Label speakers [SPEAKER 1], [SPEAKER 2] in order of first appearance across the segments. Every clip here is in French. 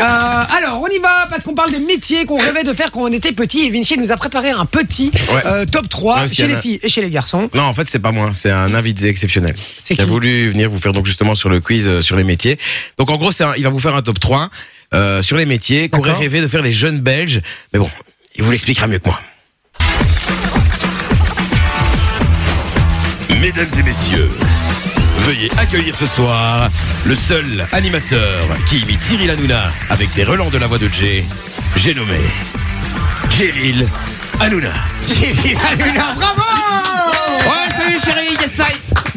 [SPEAKER 1] Euh, alors, on y va parce qu'on parle des métiers qu'on rêvait de faire quand on était petit. Et Vinci nous a préparé un petit
[SPEAKER 2] Ouais.
[SPEAKER 1] euh, top 3
[SPEAKER 2] Ouais, parce
[SPEAKER 1] chez
[SPEAKER 2] qu'il y
[SPEAKER 1] les
[SPEAKER 2] en a-
[SPEAKER 1] filles et chez les garçons.
[SPEAKER 2] Non, en fait, c'est pas moi. C'est un invité exceptionnel.
[SPEAKER 1] C'est
[SPEAKER 2] qui a
[SPEAKER 1] qui
[SPEAKER 2] voulu venir vous faire donc justement sur le quiz euh, sur les métiers. Donc en gros, c'est un- il va vous faire un top 3 euh, sur les métiers qu'auraient
[SPEAKER 1] D'accord.
[SPEAKER 2] rêvé de faire les jeunes Belges. Mais bon, il vous l'expliquera mieux que moi.
[SPEAKER 3] Mesdames et messieurs, veuillez accueillir ce soir le seul animateur qui imite Cyril Hanouna avec des relents de la voix de Jay. J'ai nommé Cyril Hanouna.
[SPEAKER 1] Hanouna, bravo
[SPEAKER 2] Ouais, salut chérie, yes I.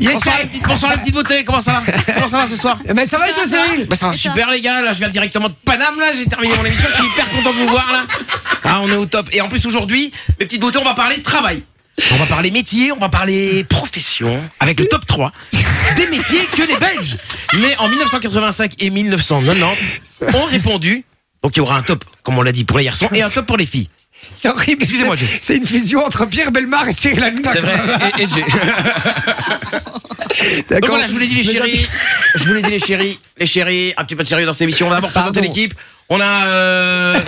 [SPEAKER 2] Yes bonsoir,
[SPEAKER 1] I.
[SPEAKER 2] Les petites, bonsoir les petites beautés, comment ça va Comment ça va ce soir
[SPEAKER 1] Mais Eh ben, ça va et toi,
[SPEAKER 4] Ça va
[SPEAKER 1] Cyril
[SPEAKER 2] Bah ça va
[SPEAKER 4] Et toi
[SPEAKER 2] super les gars, là je viens directement de Paname là, j'ai terminé mon émission, je suis hyper content de vous voir là. Ah on est au top. Et en plus aujourd'hui, mes petites beautés, on va parler travail. On va parler métier, on va parler profession, avec le top 3 des métiers que les Belges, nés en 1985 et 1990, ont répondu. Donc il y aura un top, comme on l'a dit, pour les garçons et un top pour les filles.
[SPEAKER 1] C'est horrible.
[SPEAKER 2] Excusez-moi,
[SPEAKER 1] c'est-
[SPEAKER 2] Jules.
[SPEAKER 1] C'est une fusion entre Pierre Belmar et Cyril Hanouna.
[SPEAKER 2] C'est vrai. Et, et Jay. Donc
[SPEAKER 1] D'accord.
[SPEAKER 2] voilà, je vous l'ai dit les
[SPEAKER 1] Mais
[SPEAKER 2] chéris, je vous l'ai dit les chéris, les chéris, un petit peu de sérieux dans cette émission. On va d'abord
[SPEAKER 1] Pardon.
[SPEAKER 2] présenter l'équipe. On a euh,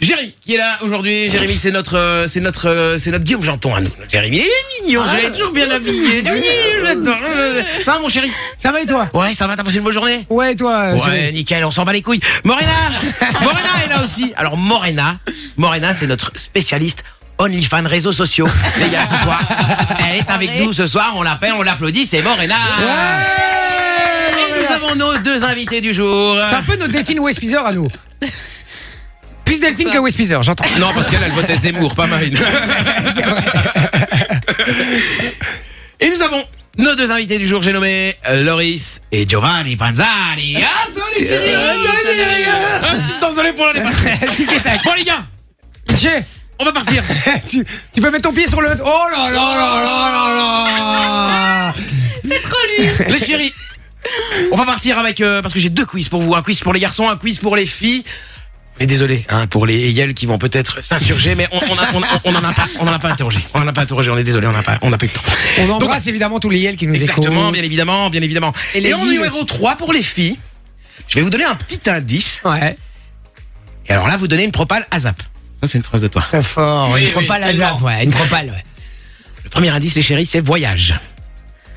[SPEAKER 2] Jérémy qui est là aujourd'hui. Jérémy, c'est notre, euh, c'est notre, euh, c'est notre Guillaume Janton à nous. Jérémy, il est mignon. Jérémy, toujours bien habillé. Ah. Oui, j'adore. Ça va mon chéri
[SPEAKER 1] Ça va et toi
[SPEAKER 2] Ouais, ça va. T'as passé une bonne journée
[SPEAKER 1] Ouais, et toi euh,
[SPEAKER 2] Ouais, nickel, on s'en bat les couilles. Morena Morena est là aussi. Alors Morena, Morena c'est notre spécialiste OnlyFans réseaux sociaux. Les gars, ce soir, elle est avec nous ce soir, on l'appelle, on l'applaudit, c'est Morena. Et nous avons nos deux invités du jour.
[SPEAKER 1] C'est un peu notre Delphine Westpizer à nous. Plus Delphine que Westpizer, j'entends.
[SPEAKER 2] Non, parce qu'elle, elle votait Zemmour, pas Marine. Et nous avons nos deux invités du jour, j'ai nommé euh, Loris et Giovanni Panzani. Ah, salut, c'est
[SPEAKER 1] Euh,
[SPEAKER 2] Désolé pour la Bon, les gars,
[SPEAKER 1] Jay,
[SPEAKER 2] on va partir.
[SPEAKER 1] euh, eh, tu, tu peux mettre ton pied sur le. Oh là là Oh là là là là
[SPEAKER 4] C'est trop lui.
[SPEAKER 2] Les chéris, on va partir avec. euh, parce que j'ai deux quiz pour vous. Un quiz pour les garçons, un quiz pour les filles. Mais désolé, hein, pour les Yel qui vont peut-être s'insurger, mais on, on, a- on, on en a pas, on en a pas interrogé. On en a pas interrogé, on est désolé, on n'a pas, on n'a pas eu le temps.
[SPEAKER 1] On
[SPEAKER 2] Donc,
[SPEAKER 1] embrasse évidemment tous les Yel qui nous
[SPEAKER 2] Exactement,
[SPEAKER 1] écoutent.
[SPEAKER 2] bien évidemment, bien évidemment.
[SPEAKER 1] Et
[SPEAKER 2] Et,
[SPEAKER 1] les
[SPEAKER 2] en
[SPEAKER 1] filles
[SPEAKER 2] numéro 3 pour les filles, je vais vous donner un petit indice.
[SPEAKER 1] Ouais.
[SPEAKER 2] Et alors là, vous donnez une propale à zap. Ça, c'est une phrase de toi.
[SPEAKER 1] Très fort.
[SPEAKER 3] Oui,
[SPEAKER 1] une
[SPEAKER 3] oui,
[SPEAKER 1] propale à
[SPEAKER 3] tellement.
[SPEAKER 1] zap, ouais. Une propale, ouais.
[SPEAKER 2] Le premier indice, les chéris, c'est voyage.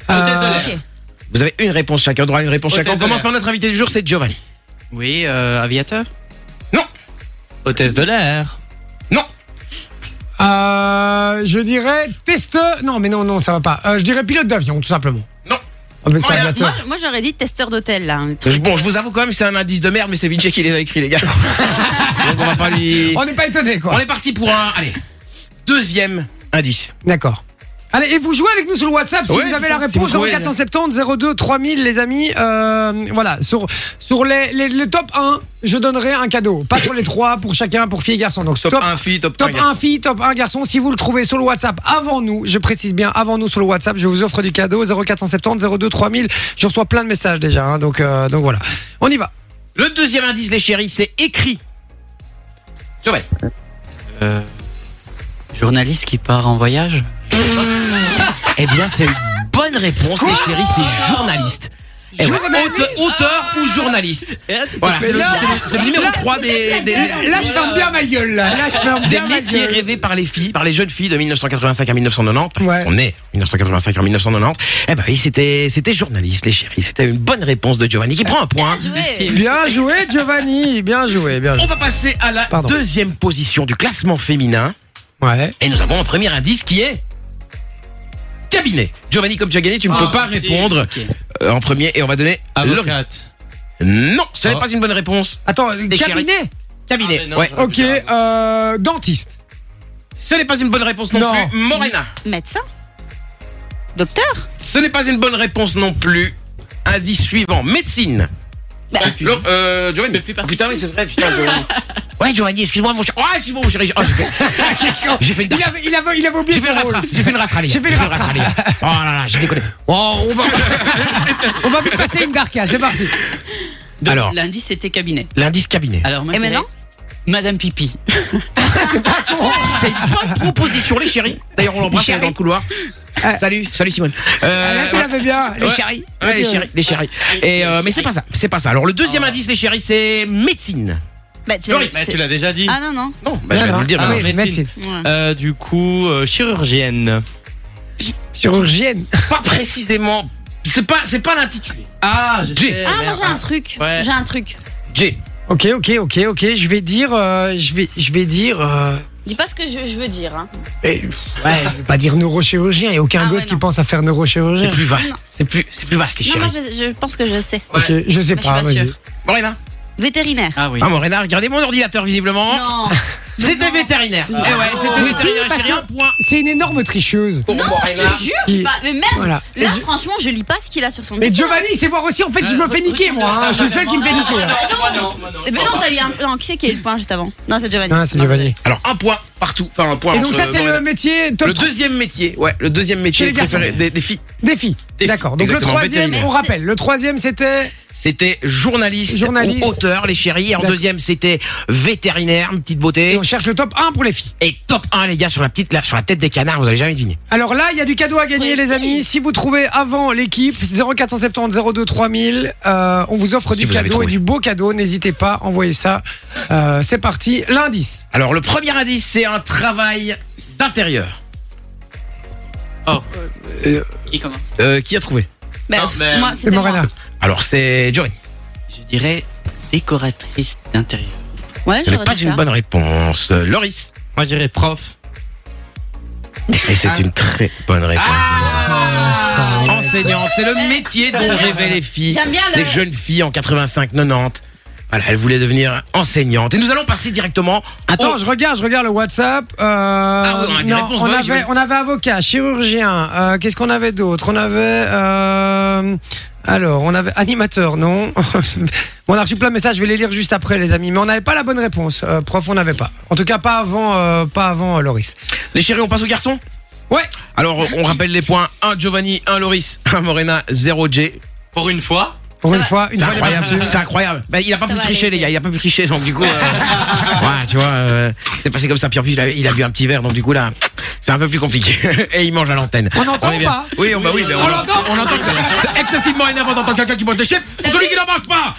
[SPEAKER 4] Ah, Euh, Ok.
[SPEAKER 2] Vous avez une réponse chacun, droit à une réponse
[SPEAKER 3] Hôtesse
[SPEAKER 2] chacun. On
[SPEAKER 3] de
[SPEAKER 2] commence
[SPEAKER 3] l'air.
[SPEAKER 2] par notre invité du jour, c'est Giovanni.
[SPEAKER 5] Oui, euh, aviateur
[SPEAKER 2] Non.
[SPEAKER 5] Hôtesse de l'air
[SPEAKER 2] Non.
[SPEAKER 1] Euh, je dirais testeur. Non, mais non, non, ça va pas. Euh, je dirais pilote d'avion, tout simplement.
[SPEAKER 2] Non.
[SPEAKER 1] En fait, c'est
[SPEAKER 2] Oh là,
[SPEAKER 1] aviateur.
[SPEAKER 4] Moi, moi, j'aurais dit testeur d'hôtel là. un truc.
[SPEAKER 2] Je- Bon, je vous avoue quand même, c'est un indice de merde, mais c'est Vinci qui les a écrits, les gars. Donc on va pas lui.
[SPEAKER 1] On n'est pas étonné,
[SPEAKER 2] On
[SPEAKER 1] quoi.
[SPEAKER 2] est parti pour un. Allez. Deuxième indice.
[SPEAKER 1] D'accord. Allez, et vous jouez avec nous sur le WhatsApp si
[SPEAKER 2] Ouais,
[SPEAKER 1] vous
[SPEAKER 2] c'est
[SPEAKER 1] avez la
[SPEAKER 2] ça, si vous
[SPEAKER 1] réponse.
[SPEAKER 2] trouvez.
[SPEAKER 1] 470 02 3000, les amis. Euh, voilà, sur, sur les, les, les top 1, je donnerai un cadeau. Pas sur les 3 pour chacun, pour filles et garçons. Donc,
[SPEAKER 2] Top
[SPEAKER 1] top
[SPEAKER 2] 1 fille, top,
[SPEAKER 1] Top
[SPEAKER 2] 1
[SPEAKER 1] 1 fille, top 1 garçon. Si vous le trouvez sur le WhatsApp avant nous, je précise bien avant nous sur le WhatsApp, je vous offre du cadeau 0470 02 3000. Je reçois plein de messages déjà, hein, donc euh, donc voilà. On y va.
[SPEAKER 2] Le deuxième indice, les chéris, c'est écrit. Giovanni.
[SPEAKER 5] Euh, Journaliste qui part en voyage
[SPEAKER 2] Eh bien, c'est une bonne réponse, les chéris, c'est journaliste. Eh ouais, aute- auteur ou journaliste.
[SPEAKER 5] Ah.
[SPEAKER 2] Voilà, c'est le,
[SPEAKER 1] là-
[SPEAKER 2] c'est le- c'est le numéro 3 des, des,
[SPEAKER 1] Là, je ferme bien ma gueule. Là, là je ferme
[SPEAKER 2] des
[SPEAKER 1] bien ma
[SPEAKER 2] métiers
[SPEAKER 1] gueule.
[SPEAKER 2] rêvés par les filles, par les jeunes filles de 1985 à 1990.
[SPEAKER 1] Ouais.
[SPEAKER 2] On est 1985 à 1990. Eh ben oui, c'était, c'était journaliste, les chéris. C'était une bonne réponse de Giovanni qui prend un point.
[SPEAKER 4] Bien joué.
[SPEAKER 5] Merci.
[SPEAKER 1] Bien joué, Giovanni. Bien joué, bien
[SPEAKER 2] On
[SPEAKER 1] joué.
[SPEAKER 2] va passer à la
[SPEAKER 1] Pardon.
[SPEAKER 2] deuxième position du classement féminin.
[SPEAKER 1] Ouais.
[SPEAKER 2] Et nous avons un premier indice qui est cabinet. Giovanni, comme tu as gagné, tu ne peux pas répondre
[SPEAKER 5] Ok.
[SPEAKER 2] euh, en premier et on va donner Laurie.
[SPEAKER 3] Avocate.
[SPEAKER 2] Non, ce n'est
[SPEAKER 3] Oh.
[SPEAKER 2] pas une bonne réponse.
[SPEAKER 1] Attends,
[SPEAKER 2] chéris.
[SPEAKER 1] cabinet.
[SPEAKER 2] Cabinet,
[SPEAKER 5] Ah, mais non,
[SPEAKER 2] ouais.
[SPEAKER 5] j'aurais-
[SPEAKER 1] Ok, euh, dentiste.
[SPEAKER 2] Ce n'est pas une bonne réponse non,
[SPEAKER 1] Non.
[SPEAKER 2] plus. Morena.
[SPEAKER 4] Médecin. Docteur.
[SPEAKER 2] Ce n'est pas une bonne réponse non plus. Indice suivant, médecine.
[SPEAKER 4] Bah.
[SPEAKER 2] Lo- euh, Giovanni.
[SPEAKER 5] plus
[SPEAKER 2] Oh,
[SPEAKER 5] parti.
[SPEAKER 2] putain, oui, c'est vrai, putain,
[SPEAKER 5] Ah,
[SPEAKER 2] Giovanni. Ouais, Giovanni, excuse-moi, mon chéri. Oh, excuse-moi, mon chéri. Oh, j'ai fait- j'ai fait une
[SPEAKER 1] Il avait, il avait, il avait oublié
[SPEAKER 2] J'ai
[SPEAKER 1] son
[SPEAKER 2] fait une race
[SPEAKER 1] rôle.
[SPEAKER 2] rallye. J'ai fait une race rallye.
[SPEAKER 1] J'ai fait une race rallye.
[SPEAKER 2] rallye. Oh là là, j'ai déconné.
[SPEAKER 1] Oh, on va, on va vous passer une darka. C'est parti.
[SPEAKER 2] Euh,
[SPEAKER 5] Donc,
[SPEAKER 2] Alors.
[SPEAKER 5] L'indice c'était cabinet.
[SPEAKER 2] L'indice cabinet.
[SPEAKER 5] Alors moi
[SPEAKER 4] Et
[SPEAKER 5] je dirais
[SPEAKER 4] maintenant
[SPEAKER 5] Madame Pipi.
[SPEAKER 2] C'est une bonne proposition, les chéris. D'ailleurs, on l'embrasse, elle est dans le couloir.
[SPEAKER 1] Ah.
[SPEAKER 2] Salut, salut Simone. Euh,
[SPEAKER 1] Là, tu l'avais bien, les
[SPEAKER 2] Ouais.
[SPEAKER 1] chéris.
[SPEAKER 2] Ouais, les chéris, les chéris. Et euh, mais c'est pas ça, c'est pas ça. Alors le deuxième indice, les chéris, c'est médecine.
[SPEAKER 4] Bah, tu
[SPEAKER 2] Laurie,
[SPEAKER 4] c'est-
[SPEAKER 6] tu l'as déjà dit.
[SPEAKER 4] Ah non, non.
[SPEAKER 2] Non, bah, je vais
[SPEAKER 1] Non,
[SPEAKER 2] vous le dire.
[SPEAKER 1] ah
[SPEAKER 2] maintenant.
[SPEAKER 1] oui, médecine.
[SPEAKER 6] Médecine.
[SPEAKER 4] Ouais.
[SPEAKER 6] Euh, du coup, euh, chirurgienne.
[SPEAKER 1] Chirurgienne.
[SPEAKER 2] Pas précisément. C'est pas, c'est pas l'intitulé.
[SPEAKER 6] Ah, je
[SPEAKER 2] sais,
[SPEAKER 4] Ah, moi j'ai un truc.
[SPEAKER 6] Ouais.
[SPEAKER 4] J'ai un truc.
[SPEAKER 2] J.
[SPEAKER 1] Ok, ok, ok, ok. Je vais dire, euh, je vais, je vais dire. euh,
[SPEAKER 4] Dis pas ce que je, je veux dire. Hein.
[SPEAKER 1] ouais, je vais pas dire neurochirurgien. Il y a aucun
[SPEAKER 4] Ah ouais,
[SPEAKER 1] gosse qui
[SPEAKER 4] non.
[SPEAKER 1] pense à faire
[SPEAKER 2] C'est
[SPEAKER 1] neurochirurgien.
[SPEAKER 2] plus vaste. C'est plus, c'est plus vaste les
[SPEAKER 4] Non, moi
[SPEAKER 2] chéris.
[SPEAKER 4] je, je pense que je sais.
[SPEAKER 1] Ok, je sais
[SPEAKER 4] Mais je suis
[SPEAKER 1] pas.
[SPEAKER 4] pas
[SPEAKER 1] vas-y.
[SPEAKER 4] sûre.
[SPEAKER 2] Morena.
[SPEAKER 4] Vétérinaire.
[SPEAKER 5] Ah oui.
[SPEAKER 2] Ah Morena, regardez mon ordinateur visiblement.
[SPEAKER 4] Non.
[SPEAKER 2] C'était vétérinaire. Eh ouais, c'était
[SPEAKER 1] Mais
[SPEAKER 2] vétérinaire.
[SPEAKER 1] si, parce
[SPEAKER 2] chéri,
[SPEAKER 1] que-
[SPEAKER 2] un point
[SPEAKER 1] C'est une énorme tricheuse.
[SPEAKER 2] pour
[SPEAKER 4] Je te
[SPEAKER 2] Morena.
[SPEAKER 4] jure, je sais pas. Mais même
[SPEAKER 1] Voilà. Et
[SPEAKER 4] là,
[SPEAKER 1] Gio-
[SPEAKER 4] franchement, je lis pas ce qu'il a sur son
[SPEAKER 1] Mais
[SPEAKER 4] dessin.
[SPEAKER 1] Giovanni, c'est voir aussi. En fait, je
[SPEAKER 4] Euh,
[SPEAKER 1] me fais niquer, moi. hein. Je suis seul qui me fait niquer. hein.
[SPEAKER 4] Mais non, t'as eu un. Non, qui c'est qui a eu le point juste avant Non, c'est Giovanni.
[SPEAKER 1] Non, Hein, c'est Giovanni.
[SPEAKER 2] Alors un point partout. Enfin un point.
[SPEAKER 1] Et donc
[SPEAKER 2] entre
[SPEAKER 1] ça, c'est
[SPEAKER 2] Morena.
[SPEAKER 1] le métier top
[SPEAKER 2] Le deuxième métier. Ouais, le deuxième
[SPEAKER 1] Chez
[SPEAKER 2] métier
[SPEAKER 1] les garçons.
[SPEAKER 2] préféré des, des filles.
[SPEAKER 1] des filles.
[SPEAKER 2] Des
[SPEAKER 1] D'accord.
[SPEAKER 2] filles,
[SPEAKER 1] Donc le
[SPEAKER 2] exactement,
[SPEAKER 1] troisième,
[SPEAKER 2] vétérinaire.
[SPEAKER 1] on rappelle. Le troisième, c'était.
[SPEAKER 2] C'était journaliste,
[SPEAKER 1] Journaliste.
[SPEAKER 2] ou auteur, les chéris. En
[SPEAKER 1] D'accord.
[SPEAKER 2] deuxième, c'était vétérinaire, une petite
[SPEAKER 1] Et
[SPEAKER 2] beauté.
[SPEAKER 1] on cherche le top 1 pour les filles.
[SPEAKER 2] Et top 1, les gars, sur la petite, là, sur la tête des canards, vous avez jamais deviné.
[SPEAKER 1] Alors là, il y a du cadeau à gagner,
[SPEAKER 4] Oui.
[SPEAKER 1] les amis. Si vous trouvez avant l'équipe 0470 02 3000, euh, on vous offre
[SPEAKER 2] Si
[SPEAKER 1] du
[SPEAKER 2] vous avez
[SPEAKER 1] cadeau et
[SPEAKER 2] trouvé.
[SPEAKER 1] du beau cadeau. N'hésitez pas, envoyez ça. Euh, c'est parti. L'indice.
[SPEAKER 2] Alors, le premier indice, c'est un travail d'intérieur.
[SPEAKER 5] Qui commence
[SPEAKER 2] Euh, qui a trouvé
[SPEAKER 4] Ben,
[SPEAKER 6] Non, mais-
[SPEAKER 4] moi,
[SPEAKER 1] C'est
[SPEAKER 4] c'était
[SPEAKER 1] Morena.
[SPEAKER 4] moi.
[SPEAKER 2] Alors, c'est Jory.
[SPEAKER 5] Je dirais décoratrice d'intérieur.
[SPEAKER 4] Ouais,
[SPEAKER 2] Ce n'est
[SPEAKER 4] j'aurais
[SPEAKER 2] pas
[SPEAKER 4] dû
[SPEAKER 2] une
[SPEAKER 4] faire.
[SPEAKER 2] bonne réponse. Euh, Loris.
[SPEAKER 6] Moi, je dirais prof.
[SPEAKER 2] Et c'est une très bonne réponse.
[SPEAKER 4] Ah.
[SPEAKER 2] Enseignante, c'est le métier dont rêvaient les filles.
[SPEAKER 4] J'aime bien le-
[SPEAKER 2] Les jeunes filles en 85-90. Voilà, elles voulaient devenir enseignantes. Et nous allons passer directement.
[SPEAKER 1] Attends,
[SPEAKER 2] au-
[SPEAKER 1] je regarde, je regarde le WhatsApp. Euh,
[SPEAKER 2] Oh. Ah oui, on a des
[SPEAKER 1] non,
[SPEAKER 2] réponses,
[SPEAKER 1] on,
[SPEAKER 2] ouais,
[SPEAKER 1] avait,
[SPEAKER 2] j'imagine.
[SPEAKER 1] on avait avocat, chirurgien. euh, Qu'est-ce qu'on avait d'autre On avait. euh, alors, on avait animateur, non On a reçu plein de messages, je vais les lire juste après, les amis. Mais on n'avait pas la bonne réponse. Euh, prof, on n'avait pas. En tout cas, pas avant, euh, pas avant euh, Loris.
[SPEAKER 2] Les chéris, on passe aux garçons
[SPEAKER 1] Ouais.
[SPEAKER 2] Alors, on rappelle les points 1 Giovanni, 1 Loris, 1 Morena, 0 J.
[SPEAKER 6] Pour une fois.
[SPEAKER 1] Pour
[SPEAKER 4] Ça
[SPEAKER 1] une
[SPEAKER 4] va.
[SPEAKER 1] fois, une
[SPEAKER 2] C'est
[SPEAKER 1] fois. les
[SPEAKER 2] incroyable, c'est incroyable. Bah, il a pas
[SPEAKER 4] Ça
[SPEAKER 2] pu
[SPEAKER 4] va
[SPEAKER 2] tricher,
[SPEAKER 4] aller.
[SPEAKER 2] les gars, il a pas pu tricher, donc du coup, euh, ouais, tu vois, euh, c'est passé comme ça. Puis en plus, il a, il a bu un petit verre, donc du coup, là, c'est un peu plus compliqué. Et il mange à l'antenne.
[SPEAKER 1] On entend
[SPEAKER 2] est
[SPEAKER 1] ou
[SPEAKER 2] bien.
[SPEAKER 1] pas
[SPEAKER 2] Oui, on, bah oui, bah, on, l'entend. On entend que c'est c'est excessivement énervant d'entendre quelqu'un qui mange des chips pour celui qui n'en mange pas.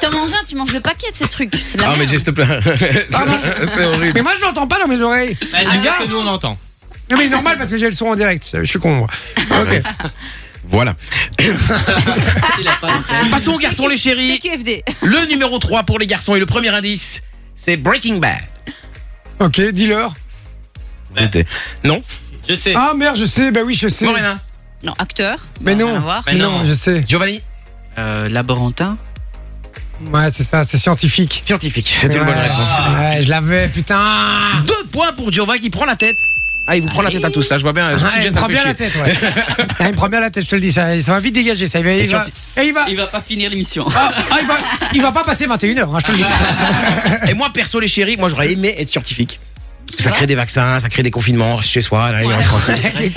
[SPEAKER 4] T'en manges un, tu manges le paquet de ces trucs. C'est de la
[SPEAKER 2] Ah, mais
[SPEAKER 4] merde.
[SPEAKER 2] Jay, s'il te plaît. C'est horrible.
[SPEAKER 1] Mais moi, je l'entend pas dans mes oreilles.
[SPEAKER 6] Bizarre que nous, on entend.
[SPEAKER 1] Non, mais normal parce que j'ai le son en direct. Je suis con, moi. Ok.
[SPEAKER 2] Voilà.
[SPEAKER 5] Il a pas
[SPEAKER 2] Passons aux garçons, les
[SPEAKER 4] C'est
[SPEAKER 2] chéris.
[SPEAKER 4] QFD.
[SPEAKER 2] Le numéro 3 pour les garçons et le premier indice, c'est Breaking Bad.
[SPEAKER 1] Ok, dealer.
[SPEAKER 2] Écoutez, Non,
[SPEAKER 6] Je sais.
[SPEAKER 1] Ah merde, je sais, bah oui, je sais.
[SPEAKER 2] Morena,
[SPEAKER 4] Non, acteur.
[SPEAKER 1] Mais
[SPEAKER 4] Rien
[SPEAKER 1] non.
[SPEAKER 4] à voir.
[SPEAKER 2] hein.
[SPEAKER 6] Mais
[SPEAKER 1] non,
[SPEAKER 6] non.
[SPEAKER 1] je sais.
[SPEAKER 2] Giovanni,
[SPEAKER 5] euh, laborantin.
[SPEAKER 1] Ouais, c'est ça, c'est scientifique.
[SPEAKER 2] scientifique. C'est une
[SPEAKER 1] Ouais.
[SPEAKER 2] bonne réponse.
[SPEAKER 1] Ouais, je l'avais, putain.
[SPEAKER 2] Deux points pour Giova qui prend la tête. Ah, il vous prend la tête à tous, là, je vois bien.
[SPEAKER 1] Ah, il me prend bien la tête, ouais. Ah, il me prend bien la tête, je te le dis, ça, ça va vite dégager, ça. Il va, il va,
[SPEAKER 2] scienti-
[SPEAKER 1] et il va,
[SPEAKER 5] va pas finir l'émission.
[SPEAKER 1] ah, ah, il va, il va pas passer 21h, hein, je te le dis.
[SPEAKER 2] Ah, Et moi, perso, les chéris, moi, j'aurais aimé être scientifique. Parce que ça crée des vaccins, ça crée des confinements, reste chez soi, là, il y a un coin.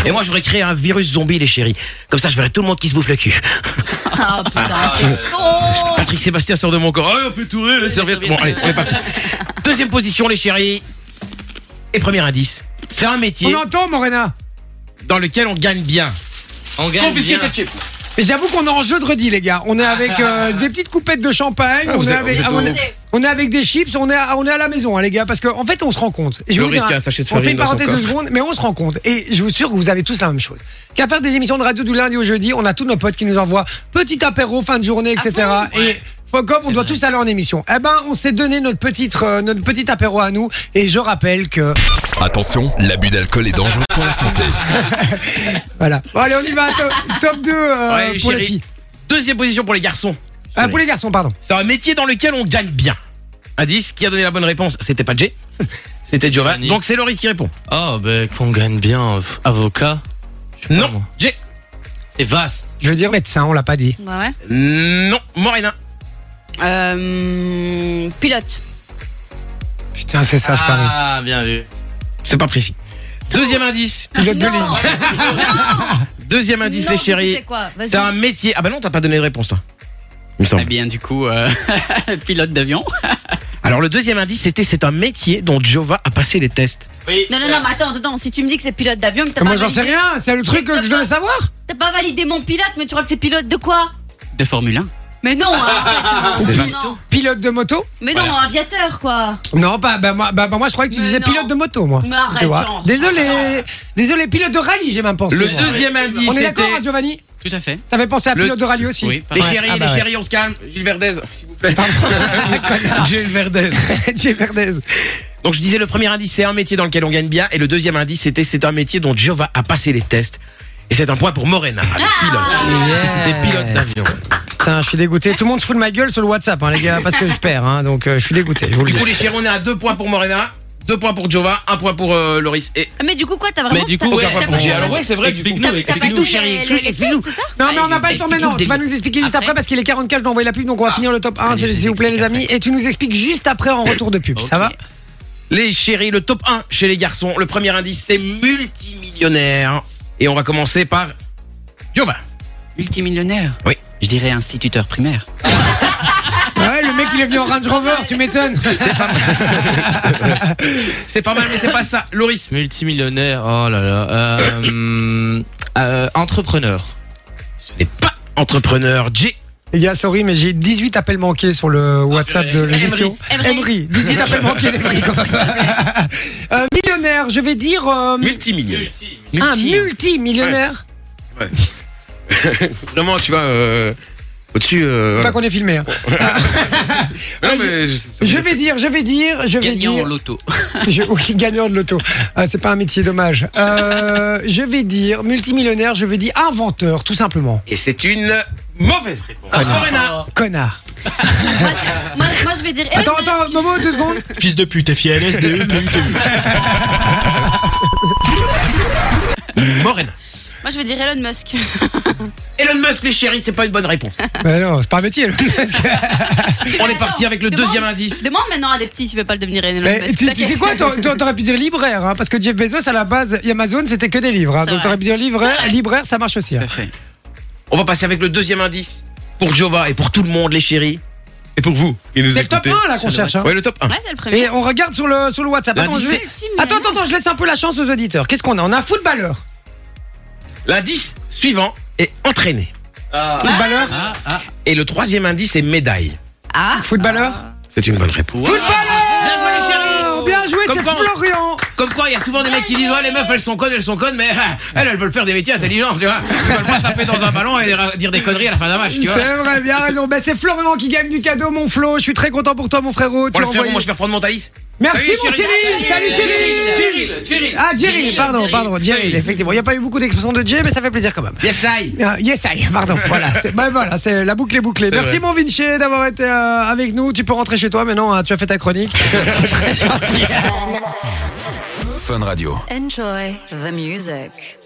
[SPEAKER 2] Et moi, j'aurais créé un virus zombie, les chéris. Comme ça, je verrais tout le monde qui se bouffe le cul.
[SPEAKER 4] Ah putain, quel con
[SPEAKER 2] Patrick Sébastien sort de mon corps. Allez, on fait tourner les serviettes. Bon, allez, on est parti. Deuxième position, les chéris. Et premier indice. C'est un métier
[SPEAKER 1] On entend, Morena.
[SPEAKER 2] dans lequel on gagne bien.
[SPEAKER 6] On gagne bien.
[SPEAKER 1] Et J'avoue qu'on est en jeu de redis, les gars. On est avec euh, des petites coupettes de champagne,
[SPEAKER 2] Ah,
[SPEAKER 1] on,
[SPEAKER 2] vous
[SPEAKER 1] est
[SPEAKER 2] êtes-
[SPEAKER 1] avec,
[SPEAKER 2] vous êtes
[SPEAKER 1] ah, on,
[SPEAKER 2] au-
[SPEAKER 1] est, on est avec des chips, on est à, on est à la maison, hein, les gars, parce qu'en en fait, on se rend compte. Et je vais
[SPEAKER 2] Le
[SPEAKER 1] vous dire,
[SPEAKER 2] risque
[SPEAKER 1] hein,
[SPEAKER 2] à sachet de
[SPEAKER 1] on fait
[SPEAKER 2] farine
[SPEAKER 1] une
[SPEAKER 2] dans son
[SPEAKER 1] parenthèse de
[SPEAKER 2] corps.
[SPEAKER 1] secondes, mais on se rend compte. Et je vous assure que vous avez tous la même chose. Qu'à faire des émissions de radio du lundi au jeudi, on a tous nos potes qui nous envoient petit apéro, fin de journée, etc. et fuck off, on doit tous aller en émission. Eh ben, on s'est donné notre petite, euh, notre petit apéro à nous. Et je rappelle que,
[SPEAKER 7] Attention, l'abus d'alcool est dangereux pour la santé.
[SPEAKER 1] voilà. Bon, allez, on y va. Top, top 2 euh,
[SPEAKER 2] Ouais, les
[SPEAKER 1] pour les
[SPEAKER 2] chéris.
[SPEAKER 1] filles.
[SPEAKER 2] Deuxième position pour les garçons.
[SPEAKER 1] Ah, pour les garçons, pardon.
[SPEAKER 2] C'est un métier dans lequel on gagne bien. Indice, qui a donné la bonne réponse C'était pas Jay, c'était Giovanni.
[SPEAKER 6] Giovanni.
[SPEAKER 2] Donc c'est Loris qui répond.
[SPEAKER 6] Oh, ben, qu'on gagne bien. euh, Avocat. Je sais pas,
[SPEAKER 2] Non,
[SPEAKER 6] moi.
[SPEAKER 2] Jay.
[SPEAKER 6] C'est vaste.
[SPEAKER 1] Je veux dire médecin, on l'a pas dit.
[SPEAKER 4] Ouais, ouais.
[SPEAKER 2] Non, Morena.
[SPEAKER 4] Euh, pilote.
[SPEAKER 1] Putain, c'est ça, je parie.
[SPEAKER 6] Ah, bien vu.
[SPEAKER 2] C'est pas précis. Deuxième indice.
[SPEAKER 1] Pilote de ligne.
[SPEAKER 2] Deuxième indice,
[SPEAKER 4] Non,
[SPEAKER 2] les
[SPEAKER 4] tu sais
[SPEAKER 2] chéris.
[SPEAKER 4] quoi, vas-y.
[SPEAKER 2] C'est un métier. Ah bah non, t'as pas donné de réponse, toi. Il me
[SPEAKER 5] Eh
[SPEAKER 2] semble.
[SPEAKER 5] bien, du coup, euh, pilote d'avion.
[SPEAKER 2] Alors le deuxième indice, c'était c'est un métier dont Giova a passé les tests.
[SPEAKER 4] Non, non, non, mais attends, attends, si tu me dis que c'est pilote d'avion, que t'as
[SPEAKER 1] Moi
[SPEAKER 4] pas
[SPEAKER 1] j'en sais
[SPEAKER 4] validé.
[SPEAKER 1] rien, c'est le truc que je devais savoir.
[SPEAKER 4] T'as pas validé mon pilote, mais tu crois que c'est pilote de quoi
[SPEAKER 5] De Formule 1.
[SPEAKER 4] Mais non, hein,
[SPEAKER 1] C'est
[SPEAKER 4] non,
[SPEAKER 1] vaste.
[SPEAKER 4] non.
[SPEAKER 1] Pilote de moto
[SPEAKER 4] Mais non,
[SPEAKER 5] Voilà.
[SPEAKER 4] aviateur, quoi.
[SPEAKER 1] Non, bah, bah, moi, bah, bah, moi je croyais que tu
[SPEAKER 4] Mais
[SPEAKER 1] disais
[SPEAKER 4] non.
[SPEAKER 1] pilote de moto, moi.
[SPEAKER 4] Mais arrête,
[SPEAKER 1] Tu vois.
[SPEAKER 4] genre.
[SPEAKER 1] Désolé, désolé, pilote de rallye, j'ai même pensé.
[SPEAKER 2] Le
[SPEAKER 1] moi.
[SPEAKER 2] deuxième indice,
[SPEAKER 1] On est d'accord,
[SPEAKER 2] c'était.
[SPEAKER 1] hein, Giovanni
[SPEAKER 5] Tout à fait.
[SPEAKER 1] T'avais pensé à
[SPEAKER 2] Le-
[SPEAKER 1] pilote de rallye aussi
[SPEAKER 5] Oui,
[SPEAKER 2] Les
[SPEAKER 5] pardon.
[SPEAKER 2] chéris,
[SPEAKER 1] Ah bah
[SPEAKER 2] les
[SPEAKER 1] ouais.
[SPEAKER 2] chéris, on se calme. Gilles Verdez, s'il vous plaît.
[SPEAKER 1] Gilles Verdez. Gilles Verdez.
[SPEAKER 2] Donc je disais le premier indice c'est un métier dans lequel on gagne bien et le deuxième indice c'était c'est un métier dont Giova a passé les tests et c'est un point pour Morena le pilote.
[SPEAKER 1] Yes.
[SPEAKER 2] C'était pilote d'avion.
[SPEAKER 1] Putain, je suis dégoûté. Tout le monde se fout de ma gueule sur le WhatsApp, hein, les gars, parce que je perds. Hein, donc euh, je suis dégoûté, je vous le
[SPEAKER 2] Du
[SPEAKER 1] dis.
[SPEAKER 2] coup les chéris on est à deux points pour Morena, deux points pour Giova, un point pour euh, Loris et
[SPEAKER 4] Ah, Mais du coup, quoi, t'as vraiment.
[SPEAKER 5] Mais du
[SPEAKER 4] t'as-
[SPEAKER 5] coup,
[SPEAKER 4] t'as
[SPEAKER 5] ouais,
[SPEAKER 4] pas-
[SPEAKER 5] t'as
[SPEAKER 4] t'as
[SPEAKER 5] pas-
[SPEAKER 4] pas-
[SPEAKER 2] Et alors ouais c'est vrai.
[SPEAKER 5] Explique-
[SPEAKER 2] du coup-
[SPEAKER 4] t'as-
[SPEAKER 5] Explique-nous,
[SPEAKER 4] t'as pas
[SPEAKER 5] explique-nous,
[SPEAKER 4] tout
[SPEAKER 5] chérie,
[SPEAKER 4] les-
[SPEAKER 5] explique-
[SPEAKER 4] les
[SPEAKER 5] explique-nous.
[SPEAKER 4] faits, c'est ça
[SPEAKER 1] Non, mais
[SPEAKER 5] Allez,
[SPEAKER 1] on n'a pas le temps
[SPEAKER 5] explique-nous
[SPEAKER 1] maintenant.
[SPEAKER 5] le
[SPEAKER 1] Tu vas
[SPEAKER 5] début.
[SPEAKER 1] nous expliquer juste après parce qu'il est 44, je dois envoyer la pub, donc on va finir le top 1.
[SPEAKER 5] Allez, je
[SPEAKER 1] S'il vous plaît, les
[SPEAKER 5] explique
[SPEAKER 1] amis. Et tu nous expliques juste après en retour de pub. Ça
[SPEAKER 5] Ok.
[SPEAKER 1] va
[SPEAKER 2] Les chéris, le top 1 chez les garçons. Le premier indice, c'est multimillionnaire. Et on va commencer par Giova.
[SPEAKER 5] Multimillionnaire
[SPEAKER 2] Oui.
[SPEAKER 5] Je dirais instituteur primaire.
[SPEAKER 1] Ouais, le mec il est venu en Range Rover, tu m'étonnes.
[SPEAKER 2] C'est pas mal. c'est pas mal, mais c'est pas ça. Loris.
[SPEAKER 6] Multimillionnaire, oh là là. Euh, euh, entrepreneur.
[SPEAKER 2] Ce n'est pas entrepreneur. J.
[SPEAKER 1] Les gars, sorry, mais j'ai 18 appels manqués sur le WhatsApp de l'émission.
[SPEAKER 4] Emery.
[SPEAKER 1] Emery. 18 appels manqués d'Emery. quand même. Euh, millionnaire, je vais dire euh,
[SPEAKER 2] Multimillionnaire.
[SPEAKER 1] un
[SPEAKER 5] Multi. hein.
[SPEAKER 1] multimillionnaire.
[SPEAKER 2] Vraiment, tu vois, euh, au-dessus. euh,
[SPEAKER 1] Pas qu'on est filmé. hein.
[SPEAKER 2] Non, mais je- ça-
[SPEAKER 1] Je vais dire, je vais dire, je vais
[SPEAKER 5] Gagnant en
[SPEAKER 1] dire.
[SPEAKER 5] loto.
[SPEAKER 1] Je- oui, gagnant de l'auto. Ah, c'est pas un métier, dommage. Euh, je vais dire multimillionnaire, je vais dire inventeur, tout simplement.
[SPEAKER 2] Et c'est une mauvaise réponse. Morena.
[SPEAKER 1] Connard.
[SPEAKER 4] Moi, je- moi- moi, je vais dire. eh,
[SPEAKER 1] Attends,
[SPEAKER 4] mais-
[SPEAKER 1] attends, Momo, deux secondes.
[SPEAKER 6] Fils de pute, FIL, SDE,
[SPEAKER 2] Morena.
[SPEAKER 4] Moi, je vais dire Elon Musk.
[SPEAKER 2] Elon Musk, les chéris, c'est pas une bonne réponse.
[SPEAKER 1] Mais non, c'est pas un métier. Elon Musk.
[SPEAKER 2] On est parti avec le
[SPEAKER 4] Demande-
[SPEAKER 2] deuxième indice.
[SPEAKER 4] Demande maintenant à des petits s'ils veulent pas le devenir Elon
[SPEAKER 1] Mais
[SPEAKER 4] Musk.
[SPEAKER 1] tu, tu sais quoi, t'aurais- t'aurais pu dire libraire, hein, parce que Jeff Bezos, à la base, Amazon, c'était que des livres. hein.
[SPEAKER 4] C'est
[SPEAKER 1] donc
[SPEAKER 4] vrai.
[SPEAKER 1] t'aurais pu dire libraire, libraire, ça marche aussi. hein.
[SPEAKER 5] Tout à fait.
[SPEAKER 2] On va passer avec le deuxième indice. Pour Jova et pour tout le monde, les chéris. Et pour vous. qui nous
[SPEAKER 1] C'est le top
[SPEAKER 2] écoutez.
[SPEAKER 1] 1 là qu'on
[SPEAKER 5] Sur le
[SPEAKER 1] cherche. hein.
[SPEAKER 2] Ouais, le top 1.
[SPEAKER 4] Ouais, c'est le premier.
[SPEAKER 1] Et on regarde sur le, sur le WhatsApp. Attends,
[SPEAKER 2] Lundi,
[SPEAKER 1] je vais- attends, attends, attends, je laisse un peu la chance aux auditeurs. Qu'est-ce qu'on a On a un footballeur.
[SPEAKER 2] L'indice suivant est entraîné.
[SPEAKER 1] Footballeur
[SPEAKER 5] Ah, ah,
[SPEAKER 2] Et le troisième indice est médaille.
[SPEAKER 4] Ah,
[SPEAKER 1] Footballeur
[SPEAKER 2] C'est une bonne réponse. Bien joué, les
[SPEAKER 1] Footballeur
[SPEAKER 2] chéris.
[SPEAKER 1] Bien joué,
[SPEAKER 2] Comme
[SPEAKER 1] c'est
[SPEAKER 2] quand-
[SPEAKER 1] Florian
[SPEAKER 2] Comme quoi, il y a souvent des mecs qui disent Ouais, les meufs, elles sont connes, elles sont connes, mais ah, elles, elles veulent faire des métiers intelligents, tu vois. Elles veulent pas taper dans un ballon et ra- dire des conneries à la fin d'un match,
[SPEAKER 1] C'est
[SPEAKER 2] tu vois.
[SPEAKER 1] vrai, bien raison. Ben, c'est Florian qui gagne du cadeau, mon Flo. Je suis très content pour toi, mon frérot. Tu l'as
[SPEAKER 2] Bon, Oh, le frérot,
[SPEAKER 1] envoyé.
[SPEAKER 2] moi, je vais reprendre mon Thalys.
[SPEAKER 1] Merci,
[SPEAKER 2] Salut,
[SPEAKER 1] mon
[SPEAKER 2] Ah Cyril.
[SPEAKER 1] Cyril. Salut, Cyril.
[SPEAKER 2] Cyril, Cyril.
[SPEAKER 1] Ah, Jerry, pardon,
[SPEAKER 4] Jerry.
[SPEAKER 1] pardon, Jerry,
[SPEAKER 2] Jerry.
[SPEAKER 1] effectivement. Il n'y a pas eu beaucoup d'expressions de Jerry, mais ça fait plaisir quand même.
[SPEAKER 2] Yes, I.
[SPEAKER 1] Ah, yes, I, pardon. Voilà, c'est ben voilà, c'est- la boucle est bouclée. Merci,
[SPEAKER 2] vrai.
[SPEAKER 1] mon Vinci, d'avoir été euh, avec nous. Tu peux rentrer chez toi maintenant, hein, tu as fait ta chronique.
[SPEAKER 7] Fun Radio.
[SPEAKER 8] Enjoy the music.